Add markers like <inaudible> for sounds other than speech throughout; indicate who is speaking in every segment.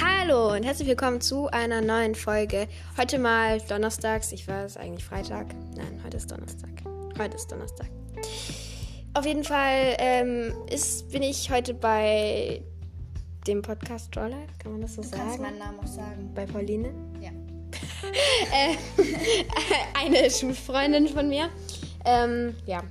Speaker 1: Hallo und herzlich willkommen zu einer neuen Folge. Heute mal donnerstags, ich weiß eigentlich Freitag. Nein, heute ist Donnerstag. Heute ist Donnerstag. Auf jeden Fall ähm, ist, bin ich heute bei dem Podcast Drawlife, kann man das so
Speaker 2: Du kannst
Speaker 1: sagen?
Speaker 2: meinen Namen auch sagen.
Speaker 1: Bei Pauline.
Speaker 2: Ja.
Speaker 1: äh,
Speaker 2: <laughs>
Speaker 1: eine Schulfreundin von mir. Ähm, ja.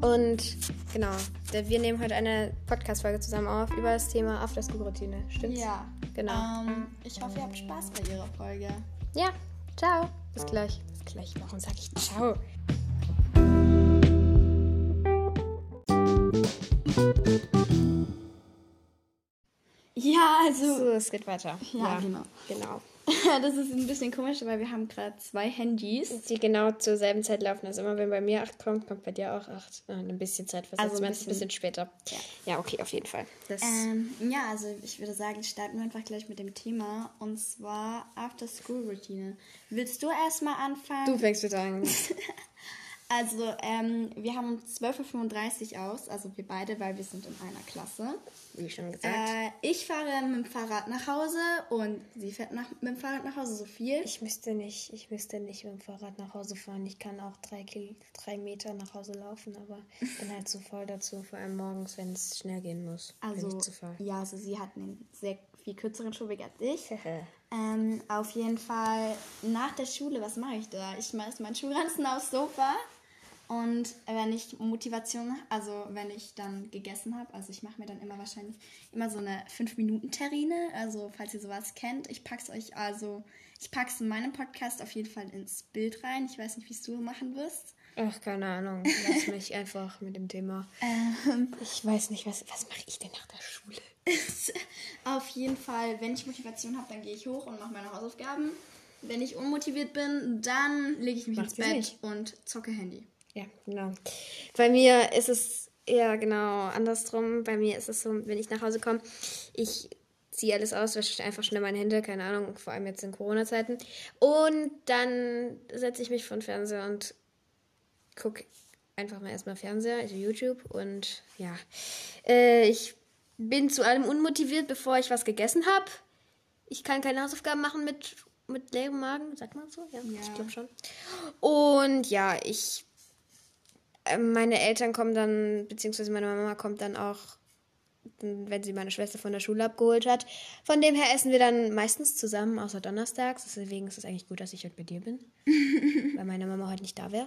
Speaker 1: Und genau, der- wir nehmen heute eine Podcast-Folge zusammen auf über das Thema Afterschool-Routine. Stimmt's?
Speaker 2: Ja.
Speaker 1: Genau.
Speaker 2: Ähm, ich hoffe, ihr habt Spaß bei ihrer Folge.
Speaker 1: Ja, ciao. Bis gleich. Bis gleich. Warum sage ich ciao?
Speaker 2: Ja, also.
Speaker 1: So, es geht weiter.
Speaker 2: Ja, genau. <laughs>
Speaker 1: Genau.
Speaker 2: Das ist ein bisschen komisch, weil wir haben gerade zwei Handys.
Speaker 1: Die genau zur selben Zeit laufen. Also immer wenn bei mir 8 kommt, kommt bei dir auch 8. Ein bisschen Zeit versetzt,
Speaker 2: Also ein
Speaker 1: wenn es ein
Speaker 2: bisschen-
Speaker 1: bisschen später. Ja. okay, auf jeden Fall. Äh, Das
Speaker 2: Ähm, ja, also ich würde sagen, starten wir einfach gleich mit dem Thema und zwar After-School-Routine. Willst du erstmal anfangen?
Speaker 1: du fängst wieder an.
Speaker 2: Also, ähm, wir haben um 12.35 Uhr aus, also wir beide, weil wir sind in einer Klasse.
Speaker 1: <laughs> Wie schon gesagt.
Speaker 2: Äh, ich fahre mit dem Fahrrad nach Hause und sie fährt nach, mit dem Fahrrad nach Hause, Sophie.
Speaker 1: Ich müsste nicht, ich müsste nicht mit dem Fahrrad nach Hause fahren. Ich kann auch drei, Kil drei Meter nach Hause laufen, <laughs> aber bin halt zu voll dazu, vor allem morgens, wenn es schnell gehen muss.
Speaker 2: Also,
Speaker 1: bin ich zu voll.
Speaker 2: ja, also sie hat einen sehr viel kürzeren Schulweg als ich.
Speaker 1: Äh,
Speaker 2: ähm, auf jeden Fall nach der Schule, was mache ich da? Ich schmeiß meinen Schulranzen aufs Sofa und wenn ich Motivation, also wenn ich dann gegessen habe, also ich mache mir dann immer wahrscheinlich immer so eine 5-Minuten-Terrine, also falls ihr sowas kennt, ich pack's euch also, ich pack's in meinem Podcast auf jeden Fall ins Bild rein. Ich weiß nicht, wie es du machen wirst.
Speaker 1: Ach, keine <laughs> Ahnung. Lass mich einfach mit dem Thema. Ich weiß nicht, was, was mache ich denn nach der Schule?
Speaker 2: Auf jeden Fall, wenn ich Motivation habe, dann gehe ich hoch und mache meine Hausaufgaben. Wenn ich unmotiviert bin, dann lege ich mich
Speaker 1: Macht
Speaker 2: ins
Speaker 1: sie
Speaker 2: Bett
Speaker 1: nicht.
Speaker 2: und zocke Handy.
Speaker 1: Ja, genau. Bei mir ist es eher genau andersrum. Bei mir ist es so, wenn ich nach Hause komme, ich ziehe alles aus, wasche einfach schnell meine Hände, keine Ahnung, vor allem jetzt in Corona-Zeiten. Und dann setze ich mich vor den Fernseher und gucke einfach mal erstmal Fernseher, also YouTube. Und ja, äh, ich bin zu allem unmotiviert, bevor ich was gegessen habe. Ich kann keine Hausaufgaben machen mit, mit leerem Magen, sagt man so? Ja,
Speaker 2: Ja.
Speaker 1: ich glaube schon. Und ja, ich ähm, meine Eltern kommen dann, beziehungsweise meine Mama kommt dann auch, dann, wenn sie meine Schwester von der Schule abgeholt hat. Von dem her essen wir dann meistens zusammen, außer donnerstags. Deswegen ist es eigentlich gut, dass ich heute bei dir bin, weil meine Mama heute nicht da wäre.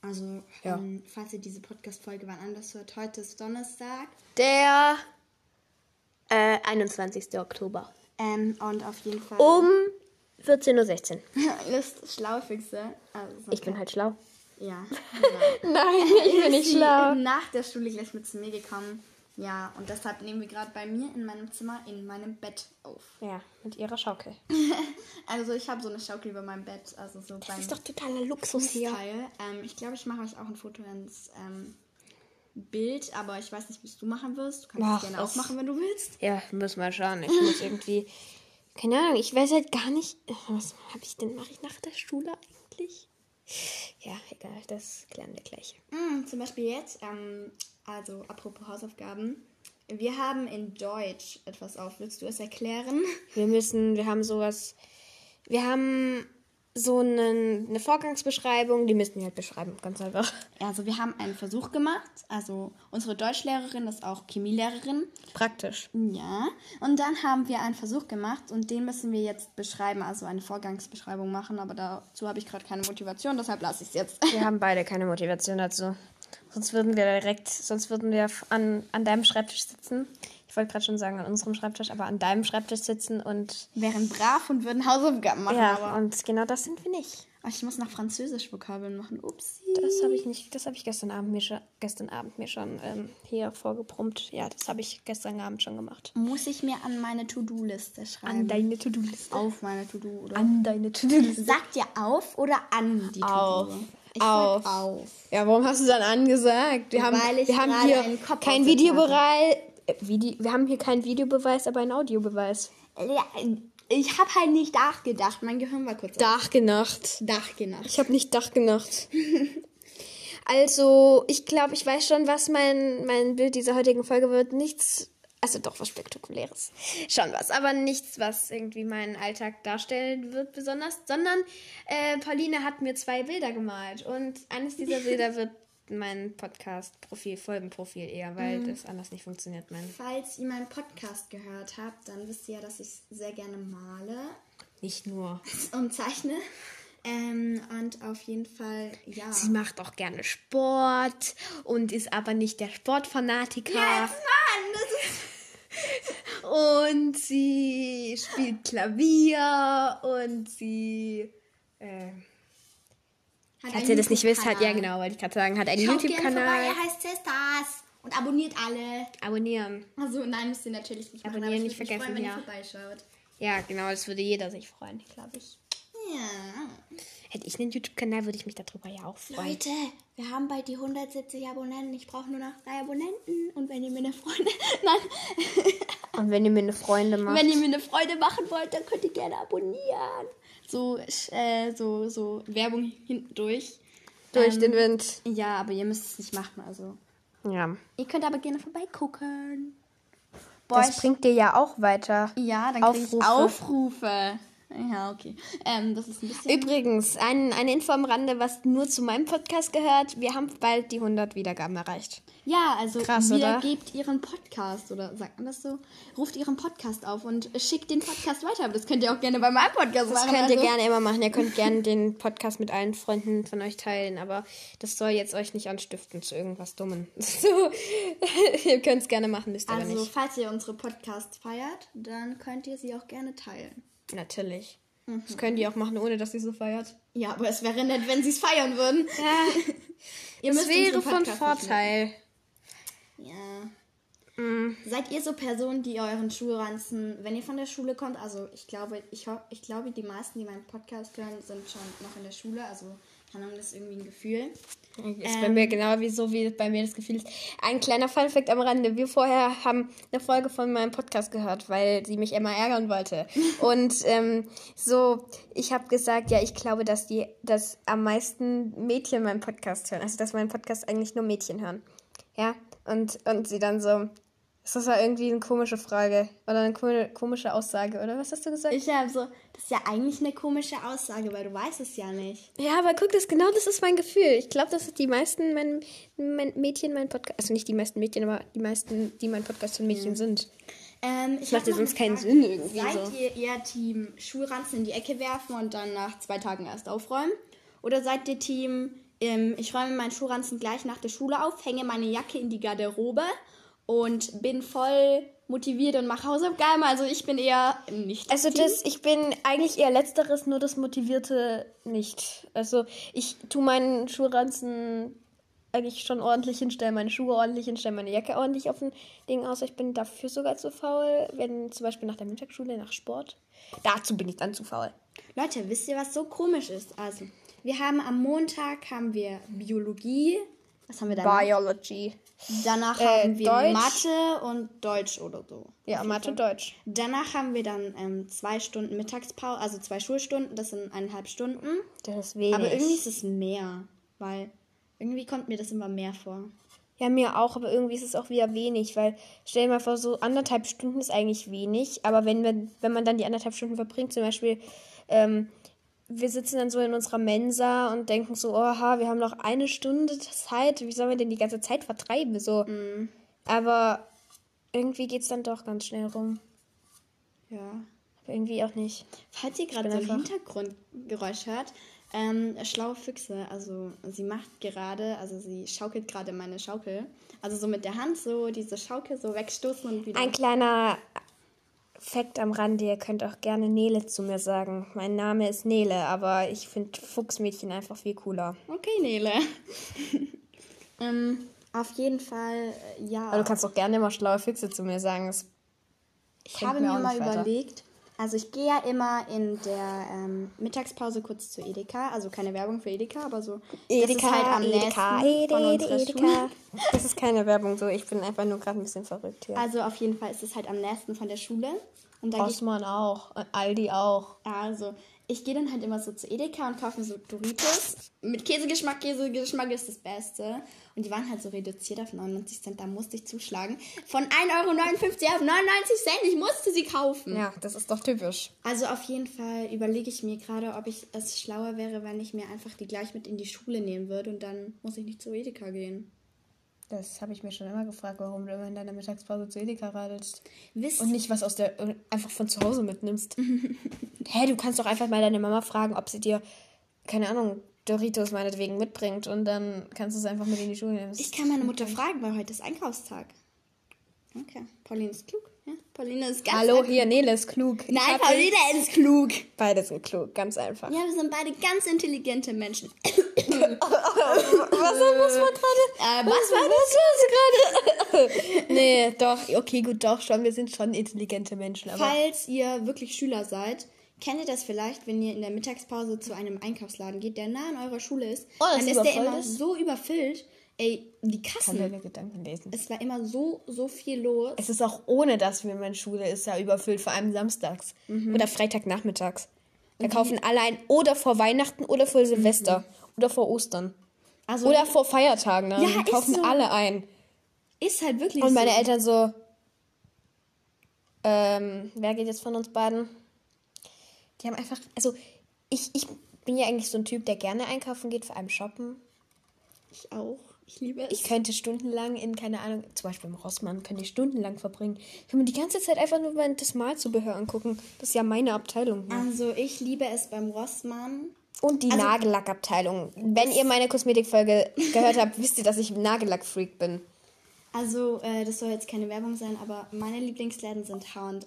Speaker 2: Also,
Speaker 1: Ja.
Speaker 2: ähm, falls ihr diese Podcast-Folge wann anders hört, heute ist Donnerstag.
Speaker 1: Der äh, 21. Oktober
Speaker 2: Ähm, und auf jeden Fall. <laughs>
Speaker 1: um 14.16 Uhr.
Speaker 2: das ist Schlaufüchse. Also, so-
Speaker 1: Ich bin halt schlau.
Speaker 2: Ja.
Speaker 1: Nein, <laughs> ich bin nicht
Speaker 2: Sie
Speaker 1: schlau.
Speaker 2: Nach der Schule gleich mit zu mir gekommen. Ja, und deshalb nehmen wir gerade bei mir in meinem Zimmer in meinem Bett auf.
Speaker 1: Ja, mit ihrer Schaukel.
Speaker 2: Also, ich habe so eine Schaukel über meinem Bett. Also, so
Speaker 1: Das
Speaker 2: beim
Speaker 1: ist doch totaler Luxus hier.
Speaker 2: Teil. Ähm, ich glaube, ich mache euch auch ein Foto ins ähm, Bild, aber ich weiß nicht, wie es du machen wirst. Du kannst
Speaker 1: Mach
Speaker 2: es gerne auch
Speaker 1: es.
Speaker 2: machen, wenn du willst.
Speaker 1: Ja, muss mal schauen. Ich <laughs> muss irgendwie. Keine Ahnung, ich weiß halt gar nicht. Was hab ich denn? Mache ich nach der Schule eigentlich? Ja, egal, das klären wir gleich.
Speaker 2: Mm, zum Beispiel jetzt, ähm, also apropos Hausaufgaben. Wir haben in Deutsch etwas auf. Willst du es erklären?
Speaker 1: Wir müssen, wir haben sowas. Wir haben so einen, eine Vorgangsbeschreibung, die müssen wir halt beschreiben, ganz einfach.
Speaker 2: Also wir haben einen Versuch gemacht. Also unsere Deutschlehrerin ist auch Chemielehrerin.
Speaker 1: Praktisch.
Speaker 2: Ja. Und dann haben wir einen Versuch gemacht und den müssen wir jetzt beschreiben. Also eine Vorgangsbeschreibung machen. Aber dazu habe ich gerade keine Motivation, deshalb lasse ich es jetzt.
Speaker 1: Wir haben beide keine Motivation dazu. Sonst würden wir direkt, sonst würden wir an, an deinem Schreibtisch sitzen. Ich wollte gerade schon sagen, an unserem Schreibtisch, aber an deinem Schreibtisch sitzen und.
Speaker 2: wären brav und würden Hausaufgaben machen,
Speaker 1: Ja,
Speaker 2: aber
Speaker 1: und genau das sind wir nicht.
Speaker 2: Ach, ich muss noch Französisch Vokabeln machen. Upsi.
Speaker 1: Das habe ich nicht, das habe ich gestern Abend mir schon, gestern Abend mir schon ähm, hier vorgeprummt. Ja, das habe ich gestern Abend schon gemacht. Ähm.
Speaker 2: Muss ich mir an meine To-Do-Liste schreiben?
Speaker 1: deine To-Do-Liste.
Speaker 2: auf meine To-Do, oder?
Speaker 1: An deine To-Do-Liste.
Speaker 2: Sagt ihr auf oder an die
Speaker 1: Auf.
Speaker 2: To-Do? Ich
Speaker 1: Auf.
Speaker 2: Sag auf.
Speaker 1: Ja, warum hast du dann angesagt? Wir haben,
Speaker 2: Weil ich
Speaker 1: wir haben
Speaker 2: gerade
Speaker 1: hier
Speaker 2: einen Kopf
Speaker 1: kein
Speaker 2: ausgetan
Speaker 1: Videobeweis. Äh, Vide wir haben hier keinen Videobeweis, aber einen Audiobeweis.
Speaker 2: Ja, ich habe halt nicht nachgedacht. Mein Gehirn war kurz
Speaker 1: Dachgenacht.
Speaker 2: nachgedacht.
Speaker 1: Ich habe nicht <laughs> Dachgenacht. also, ich glaube, ich weiß schon, was mein, mein Bild dieser heutigen Folge wird. Nichts Also doch was Spektakuläres. Schon was. Aber nichts, was irgendwie meinen Alltag darstellen wird besonders. Sondern äh, Pauline hat mir zwei Bilder gemalt. Und eines <laughs> dieser Bilder wird mein Podcast-Profil, Folgenprofil eher, weil das anders nicht funktioniert. Mein
Speaker 2: Falls ihr meinen Podcast gehört habt, dann wisst ihr ja, dass ich sehr gerne male
Speaker 1: nicht nur.
Speaker 2: und zeichne. Ähm, und auf jeden Fall, ja.
Speaker 1: Sie macht auch gerne Sport und ist aber nicht der Sportfanatiker.
Speaker 2: Mann, das ist
Speaker 1: Und sie spielt Klavier und sie. Äh, falls
Speaker 2: einen
Speaker 1: ihr das nicht wisst, hat ja
Speaker 2: YouTube-Kanal.
Speaker 1: genau, wollte ich gerade sagen, hat einen
Speaker 2: Schaut gerne vorbei,
Speaker 1: YouTube-Kanal.
Speaker 2: er heißt Sisters. Und abonniert alle.
Speaker 1: Abonnieren.
Speaker 2: Also nein, müsst ihr natürlich nicht machen.
Speaker 1: Abonnieren
Speaker 2: aber
Speaker 1: nicht
Speaker 2: ich würde mich
Speaker 1: vergessen,
Speaker 2: freuen, wenn
Speaker 1: ja.
Speaker 2: ihr vorbeischaut.
Speaker 1: Ja, genau, das würde jeder sich freuen, glaube ich.
Speaker 2: Ja.
Speaker 1: Hätte ich einen YouTube-Kanal, würde ich mich darüber ja auch freuen.
Speaker 2: Leute, wir haben bald die 170 Abonnenten. Ich brauche nur noch drei Abonnenten. Und wenn ihr mir eine Freunde, <laughs> nein,
Speaker 1: Und wenn ihr mir eine Freunde macht.
Speaker 2: wenn ihr mir eine Freude machen wollt, dann könnt ihr gerne abonnieren. So, äh, so, so Werbung hinten durch.
Speaker 1: durch den Wind.
Speaker 2: Ja, aber ihr müsst es nicht machen. Also
Speaker 1: Ja.
Speaker 2: ihr könnt aber gerne vorbeigucken. Boah,
Speaker 1: Das bringt dir ja auch weiter.
Speaker 2: Ja, dann krieg
Speaker 1: Aufrufe.
Speaker 2: ich Aufrufe. Ja, okay. Ähm, das ist ein bisschen.
Speaker 1: Übrigens, ein, eine Info am Rande, was nur zu meinem Podcast gehört. Wir haben bald die 100 Wiedergaben erreicht.
Speaker 2: Ja, also
Speaker 1: Krass,
Speaker 2: ihr
Speaker 1: oder?
Speaker 2: gebt ihren Podcast oder sagt man das so? Ruft ihren Podcast auf und schickt den Podcast weiter. Aber das könnt ihr auch gerne bei meinem
Speaker 1: Das
Speaker 2: Podcast machen.
Speaker 1: könnt ihr
Speaker 2: also.
Speaker 1: gerne immer machen. Ihr könnt gerne den Podcast mit allen Freunden von euch teilen, aber das soll jetzt euch nicht anstiften zu irgendwas Dummen. <laughs> So, ihr könnt es gerne machen, müsst ihr aber
Speaker 2: Also,
Speaker 1: nicht.
Speaker 2: falls ihr unsere Podcasts feiert, dann könnt ihr sie auch gerne teilen.
Speaker 1: Natürlich.
Speaker 2: Mhm.
Speaker 1: Das können die auch machen, ohne dass sie so feiert.
Speaker 2: Ja, aber es wäre nett, wenn sie es feiern würden. <laughs> ihr
Speaker 1: Das wäre
Speaker 2: unseren
Speaker 1: von
Speaker 2: Podcast nicht
Speaker 1: Vorteil.
Speaker 2: Ja. Seid ihr so Personen, die euren Schulranzen, wenn ihr von der Schule kommt, also ich glaube, ich, ho- ich glaube, die meisten, die meinen Podcast hören, sind schon noch in der Schule, also keine Ahnung, das ist irgendwie ein Gefühl.
Speaker 1: Ist bei mir genau wie so, wie bei mir das Gefühl ist. Ein kleiner Funfact am Rande. Wir vorher haben eine Folge von meinem Podcast gehört, weil sie mich immer ärgern wollte. Und ähm, so, ich habe gesagt, ja, ich glaube, dass die, dass am meisten Mädchen meinen Podcast hören. Also, dass meinen Podcast eigentlich nur Mädchen hören. Ja, und, und sie dann so, das war irgendwie eine komische Frage oder eine komi- komische Aussage, oder was hast du gesagt?
Speaker 2: Ich habe so, das ist ja eigentlich eine komische Aussage, weil du weißt es ja nicht.
Speaker 1: Ja, aber guck, das genau das ist mein Gefühl. Ich glaube, dass die meisten mein, mein Mädchen meinen Podcast, also nicht die meisten Mädchen, aber die meisten, die mein Podcast von Mädchen sind.
Speaker 2: Ähm, ich
Speaker 1: macht
Speaker 2: hab
Speaker 1: ja
Speaker 2: noch
Speaker 1: sonst
Speaker 2: eine
Speaker 1: keinen
Speaker 2: Frage.
Speaker 1: Sinn irgendwie
Speaker 2: Seid
Speaker 1: so.
Speaker 2: ihr eher Team Schulranzen in die Ecke werfen und dann nach zwei Tagen erst aufräumen? Oder seid ihr Team, ähm, ich räume meinen Schulranzen gleich nach der Schule auf, hänge meine Jacke in die Garderobe und bin voll motiviert und mache Hausaufgaben? Also ich bin eher nicht.
Speaker 1: Also
Speaker 2: Team.
Speaker 1: das, ich bin eigentlich eher letzteres, nur das Motivierte nicht. Also ich tu meinen Schuhranzen eigentlich schon ordentlich hin, stelle meine Schuhe ordentlich hin, stelle meine Jacke ordentlich auf ein Ding aus. Ich bin dafür sogar zu faul, wenn zum Beispiel nach der Mittagsschule, nach Sport. Dazu bin ich dann zu faul.
Speaker 2: Leute, wisst ihr, was so komisch ist? Also, wir haben am Montag haben wir Biologie. Was haben wir danach?
Speaker 1: Biology.
Speaker 2: Danach
Speaker 1: Äh,
Speaker 2: haben wir
Speaker 1: Deutsch.
Speaker 2: Mathe und Deutsch oder so.
Speaker 1: Ja, Mathe, Deutsch.
Speaker 2: Danach haben wir dann ähm, zwei Stunden Mittagspause, also zwei Schulstunden, das sind eineinhalb Stunden.
Speaker 1: Das ist wenig.
Speaker 2: Aber irgendwie ist es mehr, weil irgendwie kommt mir das immer mehr vor.
Speaker 1: Ja, mir auch, aber irgendwie ist es auch wieder wenig, weil stell dir mal vor, so anderthalb Stunden ist eigentlich wenig, aber wenn, wir, wenn man dann die anderthalb Stunden verbringt, zum Beispiel, ähm, wir sitzen dann so in unserer Mensa und denken so, oha, wir haben noch eine Stunde Zeit, wie sollen wir denn die ganze Zeit vertreiben? So. Aber irgendwie geht es dann doch ganz schnell rum.
Speaker 2: Ja.
Speaker 1: Aber irgendwie auch nicht.
Speaker 2: Falls ihr gerade so
Speaker 1: bin
Speaker 2: ein
Speaker 1: einfach-
Speaker 2: Hintergrundgeräusch hört, ähm, schlaue Füchse, also sie macht gerade, also sie schaukelt gerade meine Schaukel. Also so mit der Hand so diese Schaukel so wegstoßen und wieder.
Speaker 1: Ein kleiner Fakt am Rande, ihr könnt auch gerne Nele zu mir sagen. Mein Name ist Nele, aber ich finde Fuchsmädchen einfach viel cooler.
Speaker 2: okay, Nele. <laughs> ähm, auf jeden Fall, äh, ja.
Speaker 1: Aber du kannst auch gerne immer schlaue Füchse zu mir sagen. Das
Speaker 2: Ich
Speaker 1: Bringt
Speaker 2: habe
Speaker 1: mir
Speaker 2: mir
Speaker 1: auch
Speaker 2: mal
Speaker 1: nicht weiter.
Speaker 2: überlegt, also ich gehe ja immer in der ähm, Mittagspause kurz zu Edeka, also keine Werbung für Edeka, aber so. das ist halt am nächsten von unserer Schule.
Speaker 1: <laughs> Das ist keine Werbung so. Ich bin einfach nur gerade ein bisschen verrückt hier.
Speaker 2: Also auf jeden Fall ist es halt am nächsten von der Schule. Und da gehe ich,
Speaker 1: Osman äh, auch. Aldi auch.
Speaker 2: also ich gehe dann halt immer so zu Edeka und kaufe mir so Doritos. Mit Käsegeschmack, Käsegeschmack ist das Beste. Und die waren halt so reduziert auf 99 Cent, da musste ich zuschlagen. Von 1,59 Euro auf 99 Cent, ich musste sie kaufen.
Speaker 1: Ja, das ist doch typisch.
Speaker 2: Also auf jeden Fall überlege ich mir gerade, ob ich es schlauer wäre, wenn ich mir einfach die gleich mit in die Schule nehmen würde und dann muss ich nicht zu Edeka gehen.
Speaker 1: Das habe ich mir schon immer gefragt, warum du immer in deiner Mittagspause zu Edeka radelst.
Speaker 2: Wisst
Speaker 1: Und nicht was aus der. äh, einfach von zu Hause <laughs> mitnimmst. Hä, du kannst doch einfach mal deine Mama fragen, ob sie dir, keine Ahnung, Doritos meinetwegen mitbringt und dann kannst du es einfach mit in die Schule nehmen.
Speaker 2: Ich kann meine Mutter fragen, weil heute ist Einkaufstag. Okay. Pauline ist klug. Ja? Pauline ist ganz
Speaker 1: Hallo,
Speaker 2: einfach-
Speaker 1: hier, Nele ist klug. Ich
Speaker 2: Nein,
Speaker 1: hab- halt
Speaker 2: Pauline ist klug.
Speaker 1: Beide sind klug, ganz einfach.
Speaker 2: Ja, wir sind beide ganz intelligente Menschen. Äh,
Speaker 1: Was, was war gerade?
Speaker 2: was war
Speaker 1: Was war das gerade? Äh, <laughs> nee, doch, okay, gut, doch schon. Wir sind schon intelligente Menschen, aber.
Speaker 2: Falls ihr wirklich Schüler seid, kennt ihr das vielleicht, wenn ihr in der Mittagspause zu einem Einkaufsladen geht, der nah an eurer Schule ist,
Speaker 1: Oh, das
Speaker 2: dann
Speaker 1: ist
Speaker 2: ist der
Speaker 1: überfüllt
Speaker 2: immer
Speaker 1: ist.
Speaker 2: so überfüllt. Ey, die
Speaker 1: Kann
Speaker 2: Kassen.
Speaker 1: deine Gedanken lesen.
Speaker 2: Es war immer so, so viel los.
Speaker 1: Es ist auch ohne das, wie meine Schule ist, ja überfüllt, vor allem samstags
Speaker 2: Mhm.
Speaker 1: oder Freitagnachmittags. Da kaufen alle ein oder vor Weihnachten oder vor Silvester oder vor Ostern
Speaker 2: Also
Speaker 1: oder vor Feiertagen. Ne?
Speaker 2: Mhm. Ja,
Speaker 1: Die kaufen
Speaker 2: ist so.
Speaker 1: alle ein.
Speaker 2: ist halt wirklich
Speaker 1: Und meine
Speaker 2: so.
Speaker 1: Eltern so, ähm, wer geht jetzt von uns beiden? Die haben einfach, also ich, ich bin ja eigentlich so ein Typ, der gerne einkaufen geht, vor allem shoppen.
Speaker 2: Ich auch. Ich liebe es.
Speaker 1: Ich könnte stundenlang in, keine Ahnung, zum Beispiel im Rossmann, könnte ich stundenlang verbringen. Ich kann mir die ganze Zeit einfach nur mein, das Malzubehör angucken. Das ist ja meine Abteilung. ne?
Speaker 2: also ich liebe es beim Rossmann.
Speaker 1: Und die
Speaker 2: also-
Speaker 1: Nagellackabteilung. Wenn ihr meine Kosmetikfolge gehört habt, wisst ihr, dass ich ein Nagellackfreak bin.
Speaker 2: Also, äh, das soll jetzt keine Werbung sein, aber meine Lieblingsläden sind HM,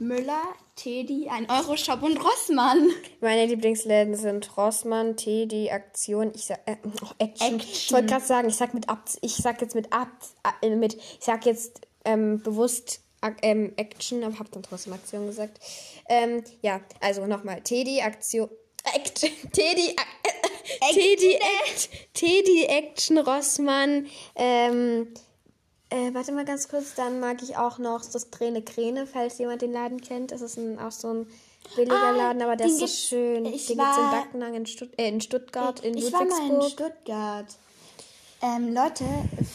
Speaker 2: Müller, Teddy, ein Euroshop und Rossmann.
Speaker 1: Meine Lieblingsläden sind Rossmann, Teddy, Aktion, ich sag, äh, oh, Action. Ich wollte gerade sagen, ich sag mit Ab, ich sag jetzt mit Ab, äh, mit, ich sag jetzt ähm, bewusst Ak- ähm, Action, aber hab dann trotzdem Aktion gesagt. Ähm, ja, also nochmal, Teddy, Aktion, Act, <laughs> Teddy, Ak- Teddy, äh, Act, Teddy, Action, Rossmann, ähm, äh, warte mal ganz kurz, dann mag ich auch noch das Träne Kräne, falls jemand den Laden kennt. Das ist ein, auch so ein billiger
Speaker 2: Ah,
Speaker 1: Laden, aber der ist
Speaker 2: den
Speaker 1: so
Speaker 2: gibt's-
Speaker 1: schön.
Speaker 2: ich
Speaker 1: den gibt's in
Speaker 2: war-
Speaker 1: Backnang, in, Stutt äh, in Stuttgart, in
Speaker 2: ich war mal in
Speaker 1: Ludwigsburg.
Speaker 2: Stuttgart. Ähm, Leute,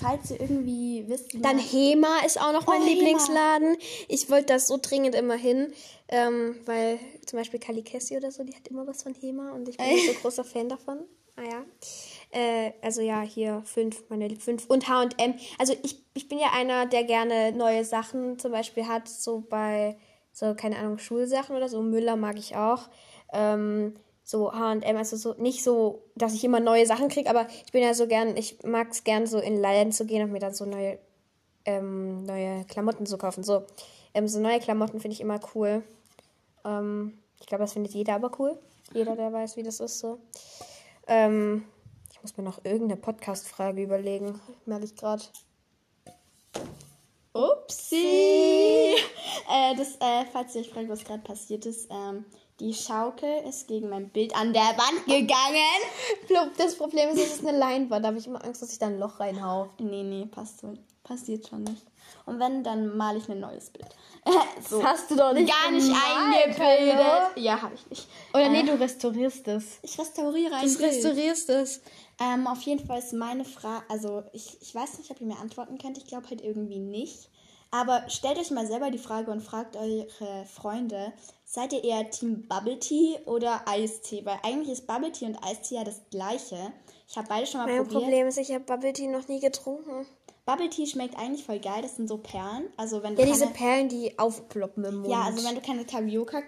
Speaker 2: falls ihr irgendwie wisst, wie
Speaker 1: Dann
Speaker 2: man-
Speaker 1: Hema ist auch noch mein
Speaker 2: Oh, Hema.
Speaker 1: Lieblingsladen. Ich wollte das so dringend immer hin, ähm, weil zum Beispiel Kali Kessi oder so, die hat immer was von Hema und
Speaker 2: <laughs>
Speaker 1: ich bin nicht so großer Fan davon. Ah ja. Äh, also ja, hier fünf, meine Lieb- fünf. Und HM. Also ich, ich bin ja einer, der gerne neue Sachen zum Beispiel hat, so bei, so keine Ahnung, Schulsachen oder so. Müller mag ich auch. Ähm, so H&M, also so nicht so, dass ich immer neue Sachen kriege, aber ich bin ja so gern, ich mag es gern so in Laden zu gehen und mir dann so neue ähm, neue Klamotten zu kaufen. So, ähm, so neue Klamotten finde ich immer cool. Ähm, ich glaube, das findet jeder aber cool. Jeder, der weiß, wie das ist. So. Ähm, ich muss mir noch irgendeine Podcast-Frage überlegen. Merke ich gerade.
Speaker 2: Upsi! <laughs> äh, das, äh, falls ihr euch fragt, was gerade passiert ist, ähm, die Schaukel ist gegen mein Bild an der Wand gegangen.
Speaker 1: Das Problem ist, es ist eine Leinwand. Da habe ich immer Angst, dass ich da ein Loch reinhau.
Speaker 2: Nee, nee, passt so. Passiert schon nicht. Und wenn, dann male ich ein neues Bild. <laughs> so.
Speaker 1: hast du doch
Speaker 2: Gar nicht eingebildet. Ja, habe ich nicht.
Speaker 1: Oder nee, du restaurierst es.
Speaker 2: Ich restauriere ein
Speaker 1: Du
Speaker 2: Bild.
Speaker 1: restaurierst es.
Speaker 2: Ähm, auf jeden Fall ist meine Frage, also ich, ich weiß nicht, ob ihr mir antworten könnt. Ich glaube halt irgendwie nicht. Aber stellt euch mal selber die Frage und fragt eure Freunde, seid ihr eher Team Bubble Tea oder Eistee? Weil eigentlich ist Bubble Tea und Eistee ja das gleiche. Ich habe beide schon mal
Speaker 1: Mein
Speaker 2: probiert.
Speaker 1: Problem ist, ich habe Bubble Tea noch nie getrunken.
Speaker 2: Bubble Tea schmeckt eigentlich voll geil. Das sind so Perlen. Also wenn du
Speaker 1: Ja, diese
Speaker 2: keine-
Speaker 1: Perlen, die aufploppen im Mund.
Speaker 2: Ja, also wenn du keine Tabioka.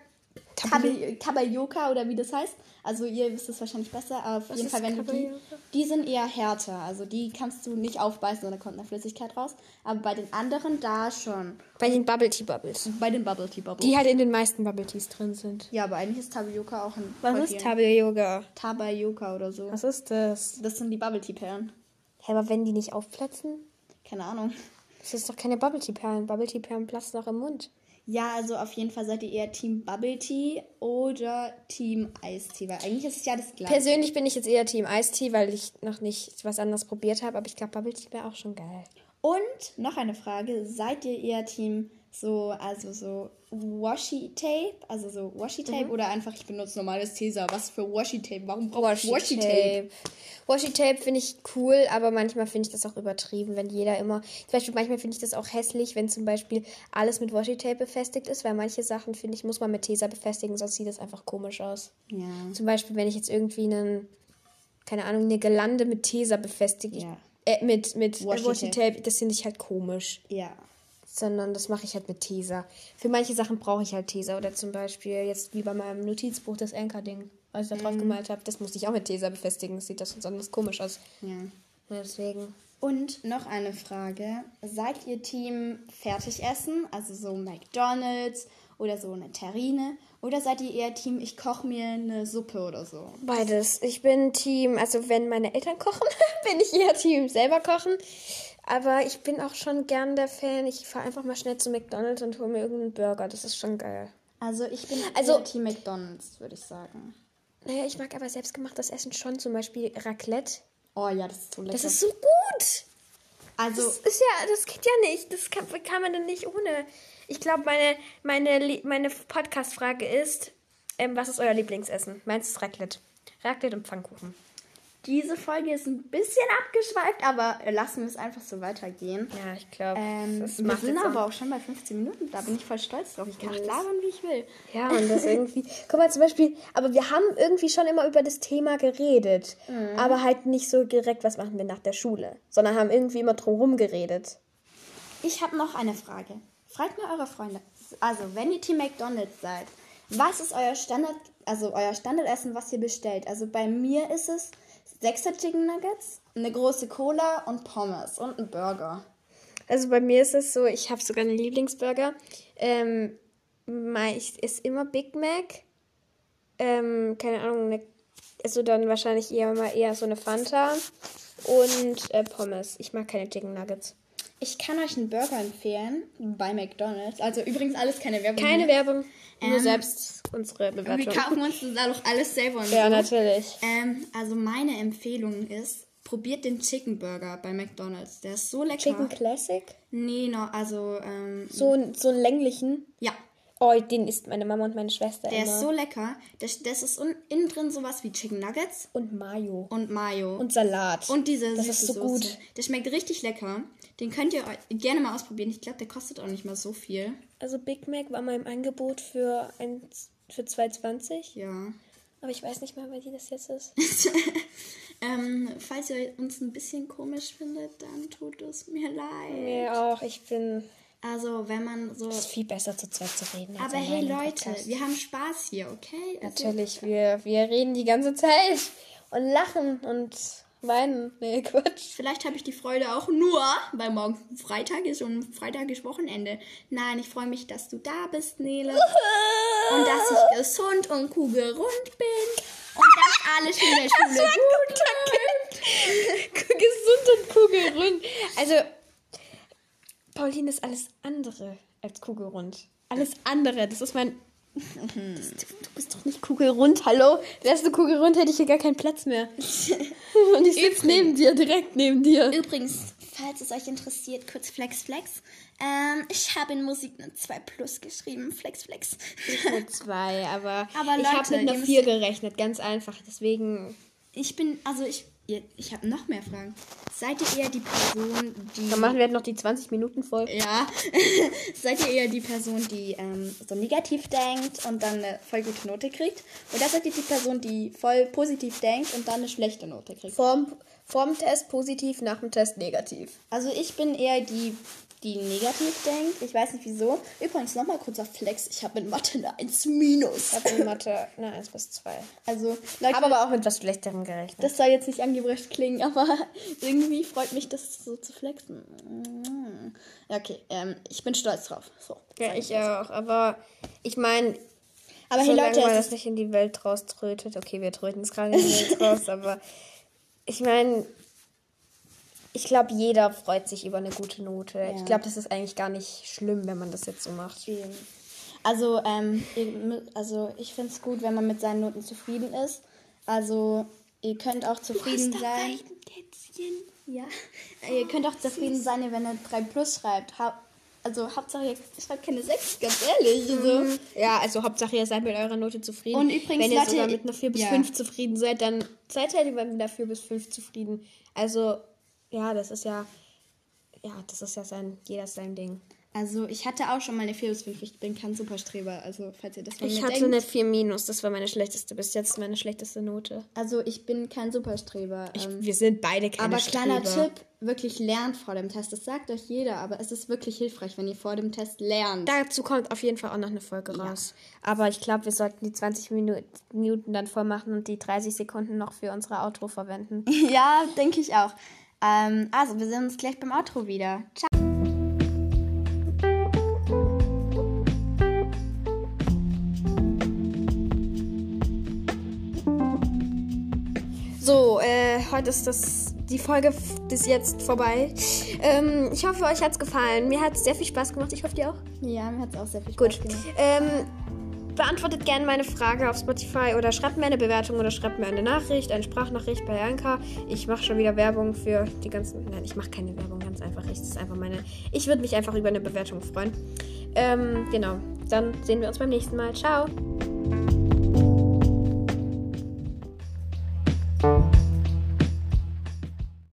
Speaker 1: Tabi-
Speaker 2: Tabi- Tabayoka oder wie das heißt. Also ihr wisst es wahrscheinlich besser, aber auf jeden
Speaker 1: ist
Speaker 2: Fall, wenn du die.
Speaker 1: Tabayoka?
Speaker 2: Die sind eher härter. Also die kannst du nicht aufbeißen, sondern kommt eine Flüssigkeit raus. Aber bei den anderen da schon.
Speaker 1: Bei den Bubble Tea Bubbles.
Speaker 2: Bei den Bubble Tea Bubble.
Speaker 1: Die halt in den meisten Bubble Teas drin sind.
Speaker 2: ja, aber eigentlich ist Tabayoka auch ein.
Speaker 1: Was
Speaker 2: voll
Speaker 1: ist
Speaker 2: vielen.
Speaker 1: Tabio-Yoga?
Speaker 2: Tabayoka oder so.
Speaker 1: Was ist das?
Speaker 2: Das sind die Bubble Tea Perlen.
Speaker 1: Hä, aber wenn die nicht aufplatzen?
Speaker 2: Keine Ahnung.
Speaker 1: Das ist doch keine Bubble Tea Perlen. Bubble Tea Perlen platzen doch im Mund.
Speaker 2: Ja, also auf jeden Fall seid ihr eher Team Bubble Tea oder Team Eistee, weil eigentlich ist es ja das gleiche.
Speaker 1: Persönlich bin ich jetzt eher Team Eistee, weil ich noch nicht was anderes probiert habe, aber ich glaube, Bubble Tea wäre auch schon geil.
Speaker 2: Und noch eine Frage: Seid ihr eher Team so, also so Washi-Tape, also so Washi-Tape oder einfach, ich benutze normales Tesa. Was für Washi-Tape? Warum brauche ich
Speaker 1: Washi-Tape.
Speaker 2: Washi-Tape?
Speaker 1: Washi-Tape finde ich cool, aber manchmal finde ich das auch übertrieben, wenn jeder immer. Zum Beispiel, manchmal finde ich das auch hässlich, wenn zum Beispiel alles mit Washi-Tape befestigt ist, weil manche Sachen, finde ich, muss man mit Tesa befestigen, sonst sieht das einfach komisch aus.
Speaker 2: Ja.
Speaker 1: Zum Beispiel, wenn ich jetzt irgendwie einen, keine Ahnung, eine Gelande mit Tesa befestige.
Speaker 2: Ja.
Speaker 1: Äh, mit mit
Speaker 2: Washi-Tape.
Speaker 1: Washi-Tape, das finde ich halt komisch.
Speaker 2: Ja.
Speaker 1: sondern das mache ich halt mit Tesa. Für manche Sachen brauche ich halt Tesa oder zum Beispiel jetzt wie bei meinem Notizbuch das Anker-Ding, was ich da drauf gemalt habe, das musste ich auch mit Tesa befestigen. Das sieht das sonst anders komisch aus.
Speaker 2: ja.
Speaker 1: Ja, deswegen.
Speaker 2: Und noch eine Frage. Seid ihr Team Fertigessen, also so McDonalds oder so eine Terrine? Oder seid ihr eher Team, ich koche mir eine Suppe oder so?
Speaker 1: Beides. Ich bin Team, also wenn meine Eltern kochen, <laughs> bin ich eher Team selber kochen. Aber ich bin auch schon gern der Fan. Ich fahre einfach mal schnell zu McDonalds und hole mir irgendeinen Burger. Das ist schon geil.
Speaker 2: Also ich bin
Speaker 1: Also-
Speaker 2: eher Team McDonalds, würde ich sagen.
Speaker 1: Naja, ich mag aber selbstgemachtes Essen schon. Zum Beispiel Raclette.
Speaker 2: Oh ja, das ist so lecker.
Speaker 1: Das ist so gut.
Speaker 2: also
Speaker 1: Das ist ja, das geht ja nicht. Das kann, kann man denn nicht ohne. Ich glaube, meine, meine, Lie- meine Podcast-Frage ist, ähm, was ist euer Lieblingsessen? Meins ist Raclette. Raclette und Pfannkuchen.
Speaker 2: diese Folge ist ein bisschen abgeschweift, aber lassen wir es einfach so weitergehen.
Speaker 1: Ja, ich glaube,
Speaker 2: Ähm,
Speaker 1: das
Speaker 2: wir
Speaker 1: macht
Speaker 2: sind
Speaker 1: jetzt
Speaker 2: aber
Speaker 1: aber
Speaker 2: auch schon bei 15 Minuten. Da bin ich voll stolz drauf. Ich kann
Speaker 1: Ja,
Speaker 2: auch
Speaker 1: das-
Speaker 2: labern, wie ich will.
Speaker 1: Ja, und <laughs> das irgendwie... Guck mal, zum Beispiel, aber wir haben irgendwie schon immer über das Thema geredet. Aber halt nicht so direkt, was machen wir nach der Schule. Sondern haben irgendwie immer drumherum geredet.
Speaker 2: Ich habe noch eine Frage. Fragt mal eure Freunde. Also, wenn ihr Team McDonald's seid, was ist euer Standard, also euer Standardessen, was ihr bestellt? Also bei mir ist es sechser Chicken Nuggets, eine große Cola und Pommes und ein Burger.
Speaker 1: Also bei mir ist es so, ich habe sogar einen Lieblingsburger. Ähm, mein- ich esse immer Big Mac. Ähm, keine Ahnung, eine, also dann wahrscheinlich eher mal eher so eine Fanta und äh, Pommes. Ich mag keine Chicken Nuggets.
Speaker 2: Ich kann euch einen Burger empfehlen bei McDonald's. Also übrigens alles keine Werbung.
Speaker 1: Keine Werbung, nur
Speaker 2: Ähm,
Speaker 1: selbst unsere
Speaker 2: Wir
Speaker 1: Bewertung.
Speaker 2: kaufen uns das auch alles selber. und
Speaker 1: Ja,
Speaker 2: so.
Speaker 1: natürlich.
Speaker 2: Ähm, also meine Empfehlung ist, probiert den Chicken Burger bei McDonald's. Der ist so lecker.
Speaker 1: Chicken Classic?
Speaker 2: Nee, no, also ähm,
Speaker 1: So, einen- so einen länglichen.
Speaker 2: ja,
Speaker 1: Oh, den isst meine Mama und meine Schwester
Speaker 2: Der
Speaker 1: immer.
Speaker 2: ist so lecker. Das, das ist un, innen drin sowas wie Chicken Nuggets
Speaker 1: und Mayo.
Speaker 2: und Mayo.
Speaker 1: Und Salat.
Speaker 2: und diese
Speaker 1: Das
Speaker 2: süße
Speaker 1: ist so
Speaker 2: Soße.
Speaker 1: gut.
Speaker 2: Der schmeckt richtig lecker. Den könnt ihr eu- gerne mal ausprobieren. Ich glaube, der kostet auch nicht mal so viel.
Speaker 1: Also Big Mac war mal im Angebot für, ein, für 2,20.
Speaker 2: Ja.
Speaker 1: Aber ich weiß nicht mehr, wie die das jetzt ist.
Speaker 2: Ähm, falls ihr uns ein bisschen komisch findet, dann tut es mir leid.
Speaker 1: Mir auch. Ich bin.
Speaker 2: Also, wenn man so.
Speaker 1: Es ist viel besser, zu zweit zu reden. als
Speaker 2: Aber hey
Speaker 1: alleine im
Speaker 2: Leute,
Speaker 1: Podcast.
Speaker 2: wir haben Spaß hier, okay? Also,
Speaker 1: Natürlich, wir, wir reden die ganze Zeit und lachen und weinen. Nee, Quatsch.
Speaker 2: Vielleicht habe ich die Freude auch nur, weil morgen Freitag ist und Freitag ist Wochenende. Nein, ich freue mich, dass du da bist, Nele. Und dass ich gesund und kugelrund bin. Und dass alles in der Schule
Speaker 1: <laughs>
Speaker 2: gut läuft.
Speaker 1: Gesund und kugelrund. Also, Pauline ist alles andere als kugelrund. Alles andere. Das ist mein.
Speaker 2: Mhm.
Speaker 1: Das, du bist doch nicht kugelrund, hallo? Wärst du kugelrund, hätte ich hier gar keinen Platz
Speaker 2: <laughs>
Speaker 1: mehr. Und ich sitze neben dir, direkt neben dir.
Speaker 2: Übrigens, falls es euch interessiert, kurz Flex Flex. Ähm, ich habe in Musik eine 2 Plus geschrieben. Flex Flex.
Speaker 1: Mit zwei, aber,
Speaker 2: Aber
Speaker 1: ich
Speaker 2: Leute,
Speaker 1: habe mit
Speaker 2: ihr
Speaker 1: einer
Speaker 2: müsst-
Speaker 1: 4 gerechnet, ganz einfach. Deswegen
Speaker 2: Ich bin, also ich, ihr- ich habe noch mehr Fragen. Seid ihr eher die Person, die...
Speaker 1: dann machen wir jetzt noch die 20 Minuten voll.
Speaker 2: Ja. <laughs> Seid ihr eher die Person, die ähm, so negativ denkt und dann eine voll gute Note kriegt? Oder seid ihr die Person, die voll positiv denkt und dann eine schlechte Note kriegt?
Speaker 1: Vorm, vorm Test positiv, nach dem Test negativ.
Speaker 2: Also ich bin eher die, die negativ denkt. Ich weiß nicht wieso. Übrigens nochmal kurzer Flex. Ich habe mit Mathe eine 1 minus.
Speaker 1: Ich habe in Mathe <laughs> eine 1 bis 2.
Speaker 2: Also Leute,
Speaker 1: Aber, aber auch mit was Schlechterem gerechnet.
Speaker 2: das soll jetzt nicht angebracht klingen, <laughs> aber irgendwie freut mich das so zu flexen. Mm. Ja, Okay, ähm, ich bin stolz drauf. So.
Speaker 1: ja, ich auch. Aber ich meine,
Speaker 2: Aber hey
Speaker 1: solange
Speaker 2: Leute,
Speaker 1: man
Speaker 2: es
Speaker 1: das nicht in die Welt rauströtet. Okay, wir tröten es gerade in die <laughs> Welt raus, aber ich meine, ich glaube, jeder freut sich über eine gute Note. Ich glaube, das ist eigentlich gar nicht schlimm, wenn man das jetzt so macht.
Speaker 2: Eben. Also, ähm, ihr, mü- also ich finde es gut, wenn man mit seinen Noten zufrieden ist. Also, ihr könnt auch zufrieden sein. Ja. Ihr könnt auch zufrieden sein, wenn ihr 3 plus schreibt. Ha Also Hauptsache, ihr schreibt
Speaker 1: <laughs>
Speaker 2: keine 6, ganz ehrlich. Also.
Speaker 1: Ja, also Hauptsache, ihr seid mit eurer Note zufrieden.
Speaker 2: Und übrigens,
Speaker 1: Wenn ihr
Speaker 2: Leute,
Speaker 1: sogar mit einer 4 bis
Speaker 2: ja.
Speaker 1: 5 zufrieden seid, dann seid halt immer mit einer 4 bis 5 zufrieden. Also, ja, das ist ja. Ja, das ist ja sein, jeder sein Ding.
Speaker 2: also ich hatte auch schon mal eine 4 bis 5. Ich bin kein Superstreber. Also falls ihr das von
Speaker 1: Ich
Speaker 2: mir
Speaker 1: hatte
Speaker 2: denkt.
Speaker 1: eine 4 minus, das war meine schlechteste, bis jetzt meine schlechteste Note.
Speaker 2: Also ich bin kein Superstreber.
Speaker 1: Ich,
Speaker 2: ähm,
Speaker 1: wir sind beide keine
Speaker 2: aber kleiner
Speaker 1: Streber.
Speaker 2: Tipp, wirklich lernt vor dem Test. Das sagt euch jeder, aber es ist wirklich hilfreich, wenn ihr vor dem Test lernt.
Speaker 1: Dazu kommt auf jeden Fall auch noch eine Folge raus. Aber ich glaube, wir sollten die 20 Minu- Minuten dann voll machen und die 30 Sekunden noch für unsere Outro verwenden.
Speaker 2: <laughs> ja, denke ich auch. Ähm, also, wir sehen uns gleich beim Outro wieder. Ciao.
Speaker 1: So, äh, heute ist das die Folge f- bis jetzt vorbei. Ähm, ich hoffe, euch hat's gefallen. Mir hat's sehr viel Spaß gemacht. Ich hoffe, dir auch.
Speaker 2: Ja, mir hat es auch sehr viel Spaß
Speaker 1: Gut.
Speaker 2: gemacht.
Speaker 1: Ähm, beantwortet gerne meine Frage auf Spotify oder schreibt mir eine Bewertung oder schreibt mir eine Nachricht, eine Sprachnachricht bei Anka. Ich mache schon wieder Werbung für die ganzen. Nein, ich mache keine Werbung, ganz einfach. Ich, das ist einfach meine. Ich würde mich einfach über eine Bewertung freuen. Ähm, genau. Dann sehen wir uns beim nächsten Mal. Ciao.